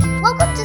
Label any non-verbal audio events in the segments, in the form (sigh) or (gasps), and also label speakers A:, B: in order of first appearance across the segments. A: to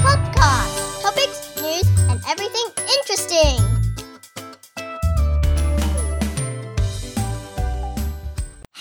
A: podcast. Topics, news, and everything interesting.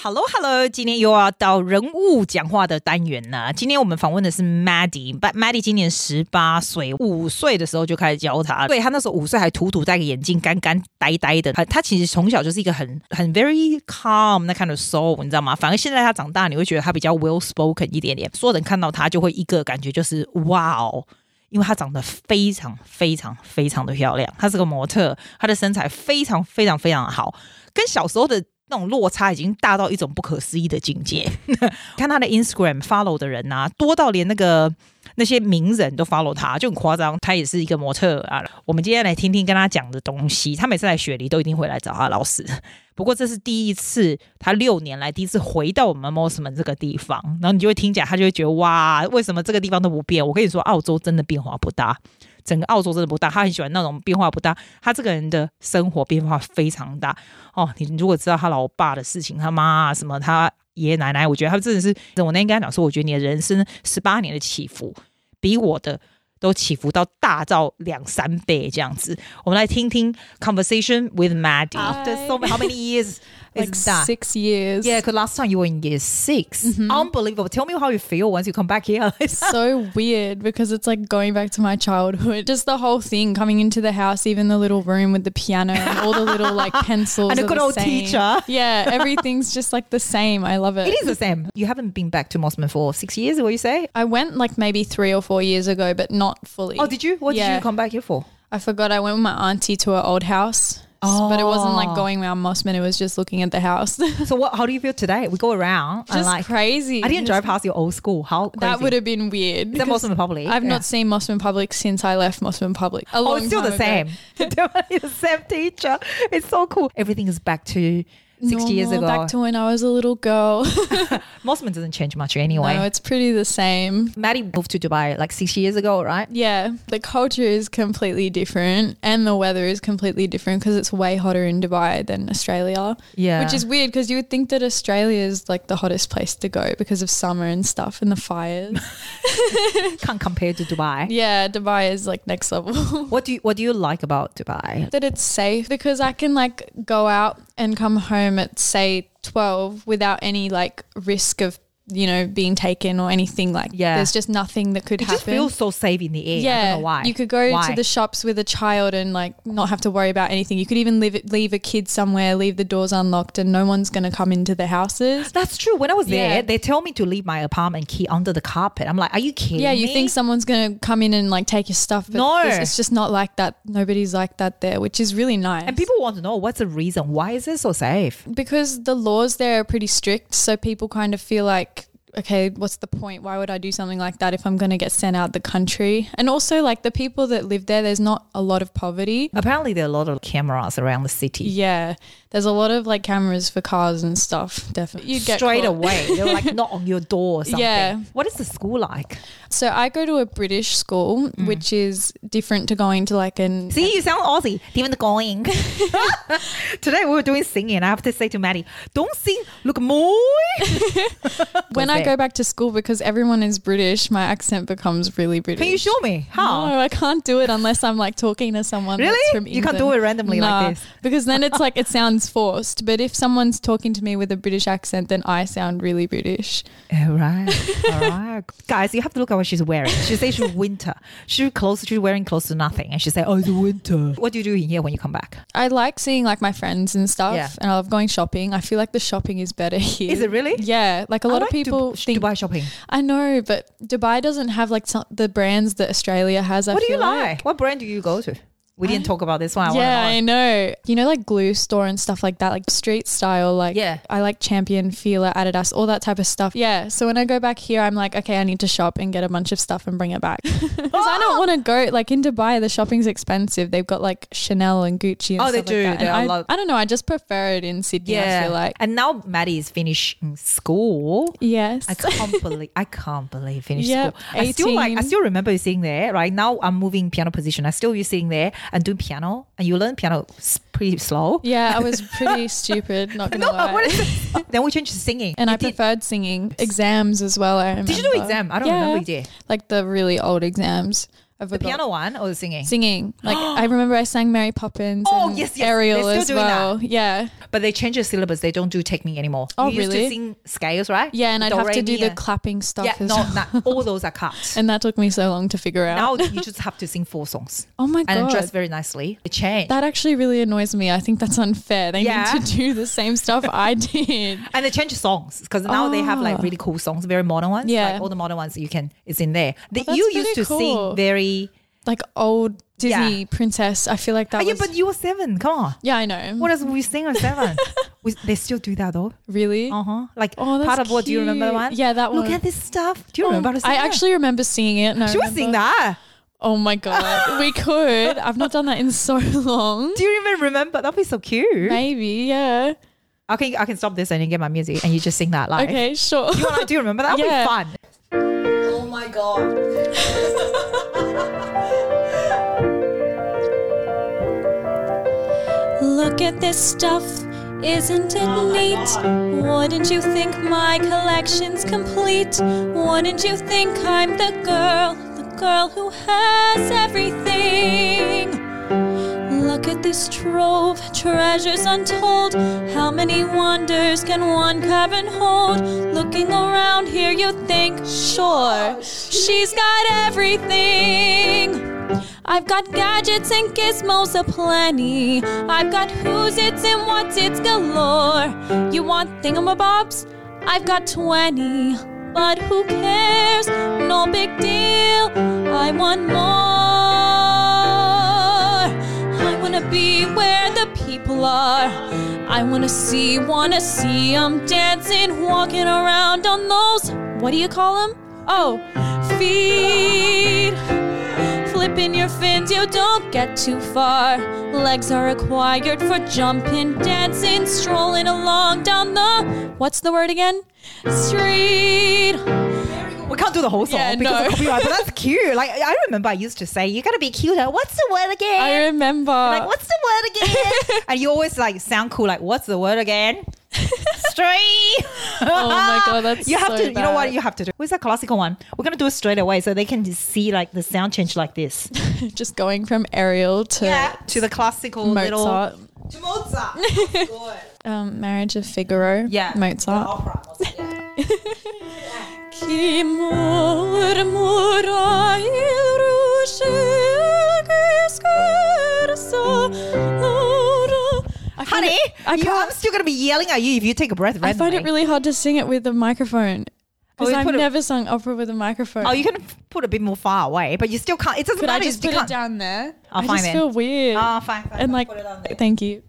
B: Hello Hello，今天又要到人物讲话的单元了。今天我们访问的是 Maddie，But Maddie 今年十八岁，五岁的时候就开始教他。对他那时候五岁还土土戴个眼镜，干干呆呆的。很他其实从小就是一个很很 very calm 那 kind of soul，你知道吗？反而现在他长大，你会觉得他比较 well spoken 一点点。所有人看到他就会一个感觉就是哇哦。因为她长得非常非常非常的漂亮，她是个模特，她的身材非常非常非常好，跟小时候的那种落差已经大到一种不可思议的境界。 (laughs) 看她的 Instagram follow 的人啊，多到连那个那些名人都 follow 她，就很夸张。她也是一个模特啊。我们今天来听听跟她讲的东西。她每次来雪梨都一定会来找她老师，不过这是第一次，她六年来第一次回到我们 Mosman 这个地方，然后你就会听讲，她就会觉得哇，为什么这个地方都不变？我跟你说，澳洲真的变化不大。整个澳洲真的不大，他很喜欢那种变化不大。他这个人的生活变化非常大哦。你如果知道他老爸的事情，他妈啊什么，他爷爷奶奶，我觉得他真的是，我那天跟他讲说，我觉得你的人生十八年的起伏，比我的都起伏到大到两三倍这样子。我们来听听 conversation with Maddie after so many- how
C: (laughs)
B: many years
C: like
B: is that?
C: six Mm-hmm. years.
B: Yeah, because last time you were in year 6 Unbelievable. Tell me how you feel once you come back here. (laughs)
C: so (laughs) weird because it's like going back to my childhood. Just the whole thing coming into the house, even the little room with the piano and all the
B: (laughs)
C: little like pencils
B: And a
C: are
B: good
C: the
B: old
C: same.
B: teacher.
C: Yeah, everything's just like the same. I love it.
B: it is the same. You haven't been back to Mossman for six years, is what you say?
C: I went like maybe three or four years ago, but not fully.
B: Oh, did you? What did
C: Yeah.
B: you come back here for?
C: I forgot. I went with my auntie to her old house. s- But it wasn't
B: Oh.
C: like going around Mossman. It was just looking at the house. (laughs) just
B: So, what? How do you feel today? We go around and like
C: crazy.
B: I didn't drive past your old school. How crazy.
C: That would have been weird.
B: Is that
C: because
B: Mossman Public?
C: I've
B: Yeah.
C: not seen Mossman Public since I left Mossman Public. A
B: Oh,
C: long
B: it's still the
C: time
B: same.
C: ago.
B: (laughs) Definitely the same teacher. It's so cool. Everything is back to six years ago.
C: Normal, Back to when I was a little girl. (laughs)
B: Mossman doesn't change much anyway.
C: no, it's pretty the same.
B: Maddie moved to Dubai like six years ago, right?
C: (laughs) Yeah, the culture is completely different and the weather is completely different because it's way hotter in Dubai than Australia.
B: Yeah.
C: Which is weird because you would think that Australia is like the hottest place to go because of summer and stuff and the fires. (laughs)
B: Can't compare to Dubai.
C: yeah, Dubai is like next level. (laughs)
B: What do you What do you like about Dubai?
C: that it's safe because I can like go out and come home at say 12 without any like risk of you know being taken or anything like
B: Yeah.
C: there's just nothing that could
B: It
C: happen
B: just feels so safe in the air. I
C: yeah
B: don't know why.
C: you could go
B: Why?
C: to the shops with a child and like not have to worry about anything you could even leave it, leave a kid somewhere leave the doors unlocked and no one's going to come into the houses
B: That's true. When I was
C: Yeah.
B: there, they tell me to leave my apartment key under the carpet. I'm like, are you kidding?
C: yeah you
B: me?
C: think someone's going to come in and like take your stuff but
B: No.
C: it's, it's just not like that nobody's like that there which is really nice
B: And people want to know what's the reason. Why is it so safe?
C: because the laws there are pretty strict, so people kind of feel like, okay, what's the point? Why would I do something like that if I'm going to get sent out the country? And also, like the people that live there, there's not a lot of poverty.
B: Apparently, there are a lot of cameras around the city.
C: Yeah, there's a lot of like cameras for cars and stuff. Definitely, you get
B: Straight
C: caught.
B: away, they're
C: (laughs)
B: like knock on your door or something.
C: Yeah.
B: What is the school like?
C: So I go to a British school,
B: Mm.
C: which is different to going to like an.
B: See, you sound Aussie. Even the
C: (laughs)
B: going. (laughs) Today we were doing singing. and I have to say to Maddie, don't sing. Look more.
C: when I
B: there.
C: go back to school, because everyone is British, my accent becomes really British.
B: Can you show me how?
C: (laughs) No, I can't do it unless I'm like talking to someone.
B: Really?
C: That's from
B: You can't do
C: England.
B: it randomly like
C: Nah,
B: this.
C: Because then it's like it sounds forced. But if someone's talking to me with a British accent, then I sound really British.
B: All right, all
C: (laughs)
B: right, guys. You have to look at what she's wearing. She says she's winter. She's close. She's wearing close to nothing, and she say, "Oh, it's winter." What do you do in here when you come back?
C: I like seeing like my friends and stuff,
B: Yeah.
C: and I love going shopping. I feel like the shopping is better (laughs) here.
B: Is it really?
C: Yeah, like a lot
B: I
C: of
B: like Dub-
C: people think.
B: Dubai shopping.
C: I know, but Dubai doesn't have like some, the brands that Australia has. I
B: What do you
C: feel
B: like? What brand do you go to? We didn't talk about this one. I
C: yeah,
B: wanna
C: I know. You know, like glue store and stuff like that, like street style. Like,
B: Yeah.
C: I like Champion, Fila, Adidas, all that type of stuff. Yeah. So when I go back here, I'm like, okay, I need to shop and get a bunch of stuff and bring
B: (laughs)
C: it back because I don't want to go. Like in Dubai, the shopping's expensive. They've got like Chanel and Gucci. And
B: Oh, they
C: stuff
B: do.
C: Like that.
B: They
C: And
B: are
C: I,
B: lo-
C: I don't know. I just prefer it in Sydney. I feel like
B: and now Maddie is finishing school.
C: yes.
B: I can't believe I can't believe finish
C: Yep,
B: school. I still like I
C: 18.
B: still remember you sitting there. Right now I'm moving piano position. I still you sitting there. and doing piano, and you learn piano s- pretty slow.
C: (laughs) Yeah, I was pretty stupid, not gonna
B: No, (laughs) I
C: lie.
B: wanted to- then we changed to singing.
C: And
B: You
C: I
B: did,
C: preferred singing. Exams as well. I remember.
B: did you do exam? I don't
C: yeah,
B: remember you did.
C: Like the really old exams. I
B: The
C: forgot.
B: piano one or the singing?
C: Singing. Like
B: (gasps)
C: I remember I sang Mary Poppins.
B: Oh,
C: and
B: yes, yes.
C: Ariel
B: They're
C: as
B: still doing
C: well. Yeah.
B: But they changed the syllabus. They don't do technique anymore.
C: Oh,
B: you used to
C: really?
B: sing scales, right?
C: Yeah, and I'd
B: Do,
C: have
B: re,
C: to do
B: mi,
C: the
B: and-
C: clapping stuff
B: Yeah,
C: as
B: no,
C: well.
B: not, all those are cut.
C: (laughs) And that took me so long to figure out.
B: now you just have to sing four songs
C: oh my
B: and
C: god.
B: dress very nicely. It changed.
C: that actually really annoys me. I think that's unfair. They
B: Yeah.
C: need to do the same
B: (laughs)
C: stuff I did.
B: and they change songs because now they have like
C: Oh.
B: really cool songs, very modern ones.
C: Yeah. Oh,
B: Like all the modern ones you can, it's in there. The,
C: that's
B: you
C: pretty
B: used to
C: cool.
B: sing very.
C: Like old Disney
B: Yeah.
C: princess. I feel like that
B: Oh, yeah,
C: was
B: but you were seven. Come on.
C: Yeah, I know.
B: What else we sing at
C: (laughs)
B: seven? we, they still do that though.
C: really?
B: Uh huh. Like
C: Oh, that's
B: part of what do you remember the
C: cute.
B: one?
C: Yeah, that
B: Look
C: one.
B: at this stuff. Do you
C: Oh,
B: remember? how to
C: I
B: sing that?
C: actually remember singing it. And I
B: She was singing
C: remember-
B: that.
C: Oh my god,
B: (laughs)
C: we could. I've not done that in so (laughs) long.
B: Do you even remember? That'd be so cute.
C: Maybe, yeah.
B: I can I can stop this and you get my music and you just sing that live.
C: Okay, sure.
B: Do you, wanna- do you remember that? That'd
C: Yeah.
B: be fun. Oh my god.
D: Look at this stuff, isn't it neat? Wouldn't you think my collection's complete? Wouldn't you think I'm the girl, the girl who has everything? Look at this trove, treasures untold. How many wonders can one cavern hold? Looking around here, you think, sure, she's got everything. I've got gadgets and gizmos aplenty. I've got who's its and what's its galore. You want thingamabobs? I've got 20. But who cares? No big deal. I want more. I wanna be where the people are. I wanna see, wanna see 'em dancing, walking around on those, what do you call 'em? Oh, feet. Flipping your fins, you don't get too far. Legs are required for jumping, dancing, strolling along down the what's the word again? Street.
B: We can't do the whole song
C: Yeah,
B: because
C: no.
B: of copyright, but that's cute. Like I remember I used to say, You gotta be cuter. What's the word again?
C: I remember.
B: like, what's the word
C: (laughs)
B: again? and you always like sound cool, like, what's the word again? Straight. oh
C: my God, that's
B: you have
C: so
B: to. You know what
C: bad.
B: you have to do? Where's that classical one? We're gonna do it straight away so they can just see like the sound change like
C: (laughs)
B: this.
C: Just going from Ariel to
B: to the classical little
C: Mozart.
B: to Mozart.
C: (laughs) Um, Marriage of Figaro.
B: Yeah, Oh.
C: Mozart.
B: opera.
D: Chi murmura il ruscello che scherza l'ora.
C: I find
B: Honey,
C: it- I
B: you- I'm
C: can't.
B: still gonna be yelling at you if you take a breath.
C: I
B: Randomly.
C: find it really hard to sing it with a microphone
B: Oh,
C: because
B: you
C: I've
B: put it-
C: never sung opera with a microphone.
B: Oh, you can put a bit more far away, but you still can't. It doesn't
C: Could I
B: matter.
C: just
B: you
C: put
B: can't.
C: it down there?
B: I'll
C: I
B: find
C: just
B: it.
C: feel weird.
B: Oh, fine, fine.
C: and
B: fine,
C: like,
B: put it on there.
C: thank you.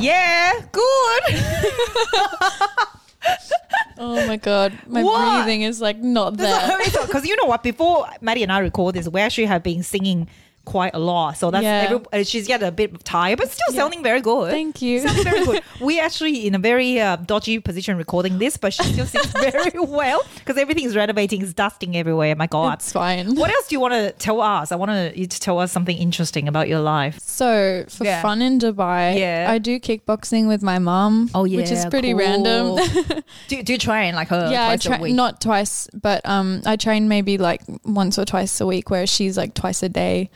B: Yeah, good.
C: (laughs)
B: (laughs)
C: Oh my god, my
B: What?
C: breathing is like not there.
B: Because you know what? Before Maddie and I record this, we actually have been singing quite a lot. So that's
C: Yeah.
B: every, uh, she's getting a bit tired, but still sounding very good.
C: Thank you.
B: Sounding very
C: (laughs)
B: good. we actually in a very uh, dodgy position recording this, but she still sings (laughs) very well because everything's renovating, it's dusting everywhere. My God.
C: That's fine.
B: what else do you want to tell us? I want to, you to tell us something interesting about your life.
C: So for
B: Yeah.
C: fun in Dubai,
B: Yeah.
C: I do kickboxing with my mum.
B: Oh,
C: which is
B: yeah,
C: pretty
B: cool. (laughs)
C: random.
B: Do, do you train like her
C: yeah, I
B: twice a
C: train
B: week?
C: not twice, but um, I train maybe like once or twice a week, whereas she's like twice a day.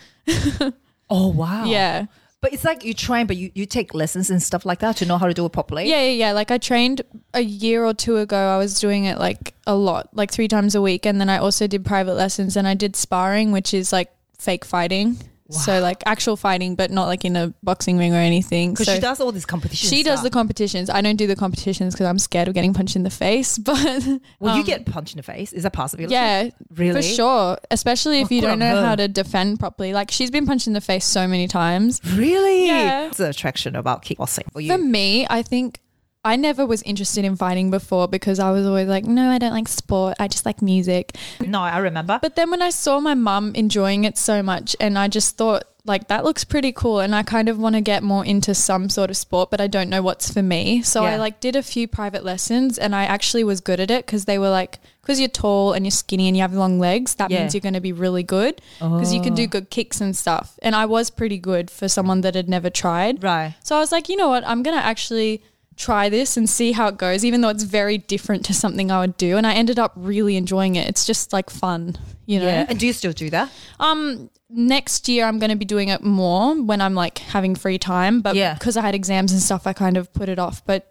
B: oh, wow.
C: Yeah,
E: But it's like you train, but you, you take lessons and stuff like that to know how to do it properly.
C: Yeah, yeah, yeah. Like I trained a year or two ago. I was doing it like a lot, like three times a week. And then I also did private lessons and I did sparring, which is like fake fighting. So like actual fighting, but not like in a boxing ring or anything.
B: Because
C: So
B: she does all these competitions.
C: she does the competitions. I don't do the competitions because I'm scared of getting punched in the face. (laughs) But
B: Will you get punched in the face? Is that possible?
C: yeah,
B: Really?
C: for sure. Especially if
B: Oh,
C: you
B: good
C: don't
B: on
C: know
B: her.
C: how to defend properly. Like she's been punched in the face so many times.
B: Really?
C: Yeah.
B: It's the attraction about kickboxing for you.
C: For me, I think I never was interested in fighting before because I was always like, no, I don't like sport. I just like music.
B: no, I remember.
C: But then when I saw my mum enjoying it so much, and I just thought, like, that looks pretty cool. And I kind of want to get more into some sort of sport, but I don't know what's for me. So
B: Yeah.
C: I like did a few private lessons and I actually was good at it because they were like, because you're tall and you're skinny and you have long legs, that
B: Yeah. Oh.
C: means you're going to be really good because you can do good kicks and stuff. And I was pretty good for someone that had never tried.
B: right.
C: So I was like, you know what? I'm going to actually try this and see how it goes, even though it's very different to something I would do. And I ended up really enjoying it. It's just like fun, you know?
B: Yeah. And do you still do that?
C: Um, next year, I'm going to be doing it more when I'm like having free time. But
B: Yeah.
C: because I had exams and stuff, I kind of put it off. But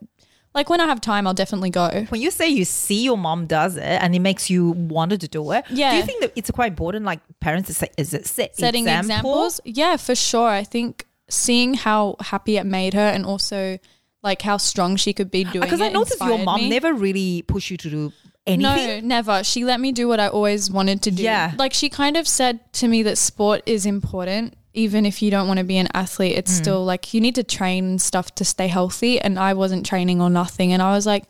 C: like when I have time, I'll definitely go.
B: When you say you see your mom does it and it makes you wanted to do it, do you
C: Yeah.
B: think that it's quite important? Like parents is, is it set
C: setting
B: examples?
C: examples. Yeah, for sure. I think seeing how happy it made her and also like how strong she could be doing
B: Because Uh, I
C: it
B: noticed your
C: inspired
B: mom
C: me.
B: never really pushed you to do anything.
C: No, never. She let me do what I always wanted to do.
B: Yeah.
C: Like she kind of said to me that sport is important. Even if you don't want to be an athlete,
B: Mm.
C: it's still like you need to train and stuff to stay healthy. And I wasn't training or nothing. And I was like,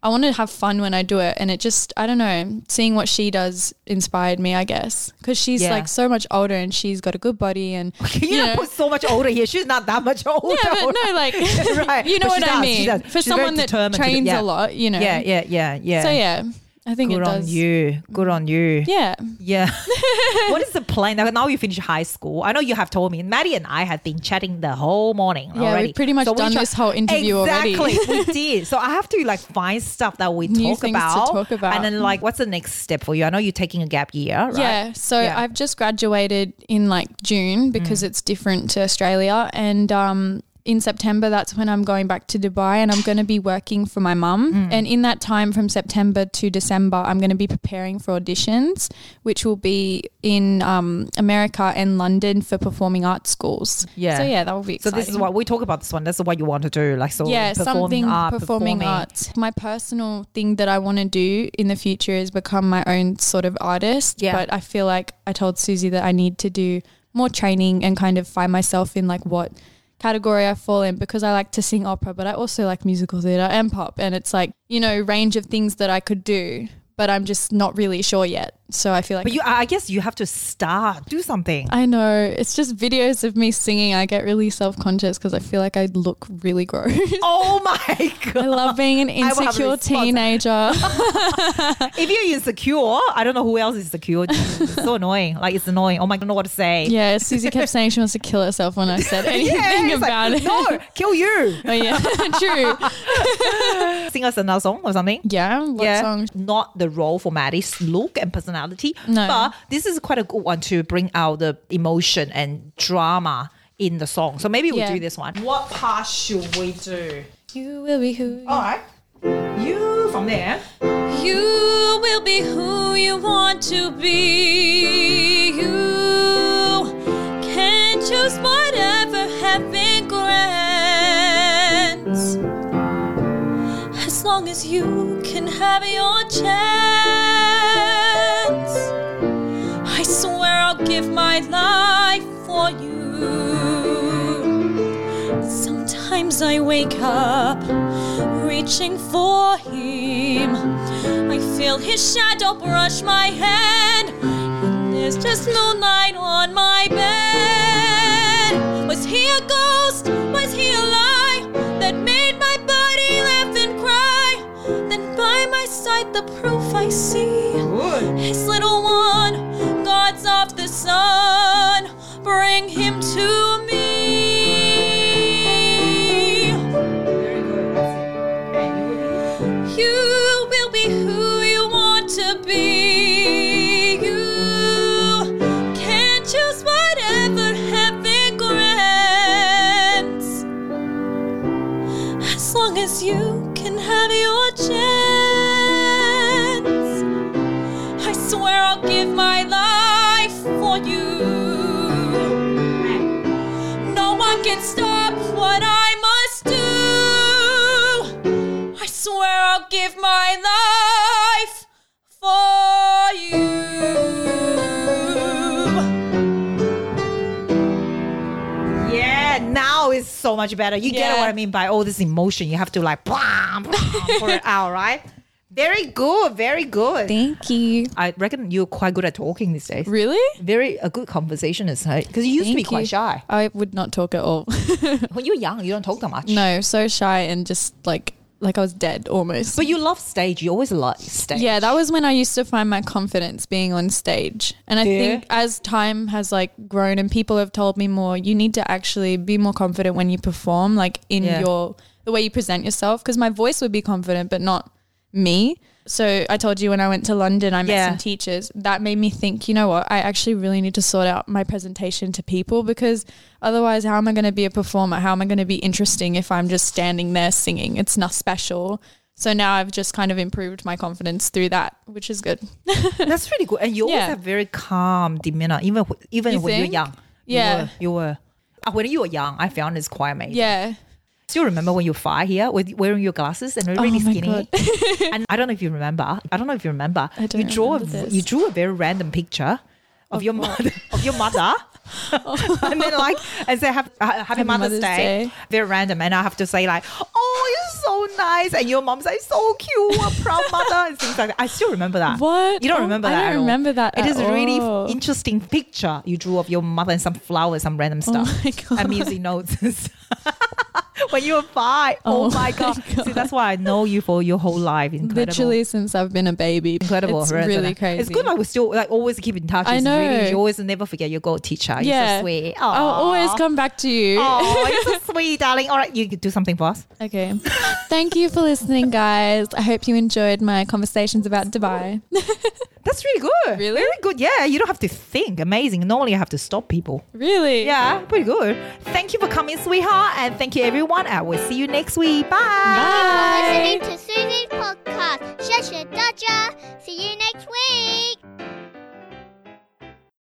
C: I want to have fun when I do it. And it just, I don't know, seeing what she does inspired me, I guess. Because she's
B: Yeah.
C: like so much older and she's got a good
B: (laughs)
C: body. And,
B: Can you
C: you
B: not
C: know,
B: put so much older here? She's not that much older.
C: yeah, (laughs) but no, like, (laughs)
B: (laughs) Right.
C: you
B: But
C: know
B: she
C: what I
B: does, she
C: mean?
B: does.
C: For
B: She's very
C: someone that
B: determined to do-
C: trains
B: yeah.
C: a lot, you know.
B: Yeah, yeah, yeah, yeah.
C: So, yeah, I think
B: Good
C: it
B: on
C: does.
B: you. Good on you.
C: Yeah. (laughs)
B: Yeah. what is the plan? Now, now you finish high school. I know you have told me. Maddie and I have been chatting the whole morning
C: Yeah, we've
B: already.
C: pretty much
B: So we
C: done
B: try-
C: this whole interview already.
B: exactly,
C: (laughs)
B: we did. So I have to like find stuff that we
C: New
B: talk
C: things to
B: about.
C: talk about.
B: And then like, what's the next step for you? I know you're taking a gap year, right?
C: Yeah. So
B: Yeah. Mm.
C: I've just graduated in like June because it's different to Australia. And um, in September, that's when I'm going back to Dubai and I'm going to be working for my mum.
B: Mm.
C: And in that time from September to December, I'm going to be preparing for auditions, which will be in um, America and London for performing arts schools.
B: Yeah.
C: So yeah, that will be
B: So
C: exciting.
B: this is what we talk about. This one. That's what you want to do. Like so.
C: yeah,
B: performing
C: something
B: art,
C: performing, arts. My personal thing that I want to do in the future is become my own sort of artist.
B: Yeah.
C: But I feel like I told Susie that I need to do more training and kind of find myself in like what category I fall in because I like to sing opera, but I also like musical theatre and pop. And it's like, you know, range of things that I could do, but I'm just not really sure yet. So I feel like.
B: But you, I guess you have to start do something.
C: I know. It's just videos of me singing. I get really self conscious because I feel like I look really gross.
B: oh my (laughs) god!
C: I love being an
B: I will have a
C: insecure
B: response. (laughs)
C: teenager.
B: If you're insecure, I don't know who else is insecure.
C: (laughs)
B: It's so annoying. Like it's annoying. Oh my, I don't know what to say.
C: yeah, (laughs) Susie kept saying she wants to kill herself when
B: (laughs)
C: I said anything
B: it's like,
C: about
B: (laughs)
C: it.
B: No, kill you.
C: Oh yeah, (laughs) true.
B: Sing us another song or something.
C: Yeah, what song?
B: Not the role for Maddie's look and personality.
C: No.
B: But this is quite a good one to bring out the emotion and drama in the song. So maybe we'll
C: Yeah.
B: do this one. What part should we do?
D: You will be who
B: All right. You from there.
D: You will be who you want to be. You can choose whatever heaven grants. As long as you can have your chance. I swear I'll give my life for you. Sometimes I wake up reaching for him. I feel his shadow brush my hand. And there's just no light on my bed. Was he a ghost? Was he a lie that made my body laugh and cry? Then by my side, the proof I see. His little one, God's of the sun, bring him to me. You will be who you want to be. You can choose whatever heaven grants.
B: so much better. You get
C: Yeah.
B: what I mean by all this emotion. You have to like blah, blah, pour it out, right? Very good, very good.
D: Thank you.
B: I reckon you're quite good at talking these days.
C: Really?
E: Very a good conversationist, right? Because you used to be
C: Thank
E: quite
C: you.
E: shy.
C: I would not talk at all. (laughs)
E: When you're young, you don't talk that much.
C: no, so shy and just like like I was dead almost.
E: But you love stage. You always like stage.
C: Yeah, that was when I used to find my confidence being on stage. And I
E: Yeah.
C: think as time has like grown and people have told me more, you need to actually be more confident when you perform, like in
B: Yeah.
C: your the way you present yourself. Because my voice would be confident, but not me. So I told you when I went to London, I met
B: Yeah.
C: some teachers. That made me think, you know what? I actually really need to sort out my presentation to people because otherwise, how am I going to be a performer? How am I going to be interesting if I'm just standing there singing? It's not special. So now I've just kind of improved my confidence through that, which is good. (laughs)
B: That's really good. And you always
C: Yeah.
B: have very calm demeanor, even wh- even
C: You
B: when
C: think?
B: you're young.
C: Yeah.
B: You were. You were Ah, when you were young, I found it's quite amazing.
C: Yeah. (laughs)
B: Still remember when you were five here with wearing your glasses and you're really
C: Oh my
B: skinny. (laughs) and I don't know if you remember. I don't know if you remember.
C: I don't
B: you draw a,
C: remember this.
B: you drew a very random picture of, your mother of your
C: (laughs)
B: mother. (laughs) and then like and say have, uh, happy, Mother's,
C: Mother's
B: Day.
C: Day.
B: Very random. And I have to say like, oh, you're so nice. And your mom's like so cute, a
C: (laughs)
B: proud mother and things like that. I still remember that.
C: What?
B: You don't
C: Oh,
B: remember
C: I
B: that.
C: don't
B: at all.
C: remember that
B: It
C: at
B: is a really
C: all.
B: interesting picture you drew of your mother and some flowers, some random stuff.
C: Oh my God. (laughs)
B: And music notes (laughs) and stuff when you were five. Oh,
C: Oh
B: my
C: my (laughs)
B: god. See, that's why I know you for your whole life. Incredible.
C: Literally since I've been a baby.
B: Incredible.
C: It's
B: right?
C: really crazy.
B: It's good like we still like always keep in touch.
C: I
B: It's Really,
C: know.
B: you always never forget your gold teacher. You're
C: yeah.
B: so sweet.
C: I'll always come back to (laughs) you.
B: Oh, you're so sweet, darling. All right, you could do something for us.
C: Okay. Thank you for listening, guys. I hope you enjoyed my conversations about Dubai. (laughs)
B: That's really good.
C: Really?
B: Very good. Yeah, you don't have to think. Amazing. Normally, I have to stop people.
C: Really?
B: Yeah, pretty good. Thank you for coming, sweetheart. And thank you, everyone. I will see you next week. Bye.
A: Thank you for listening to Susie's podcast. Shasha Dodger. See you next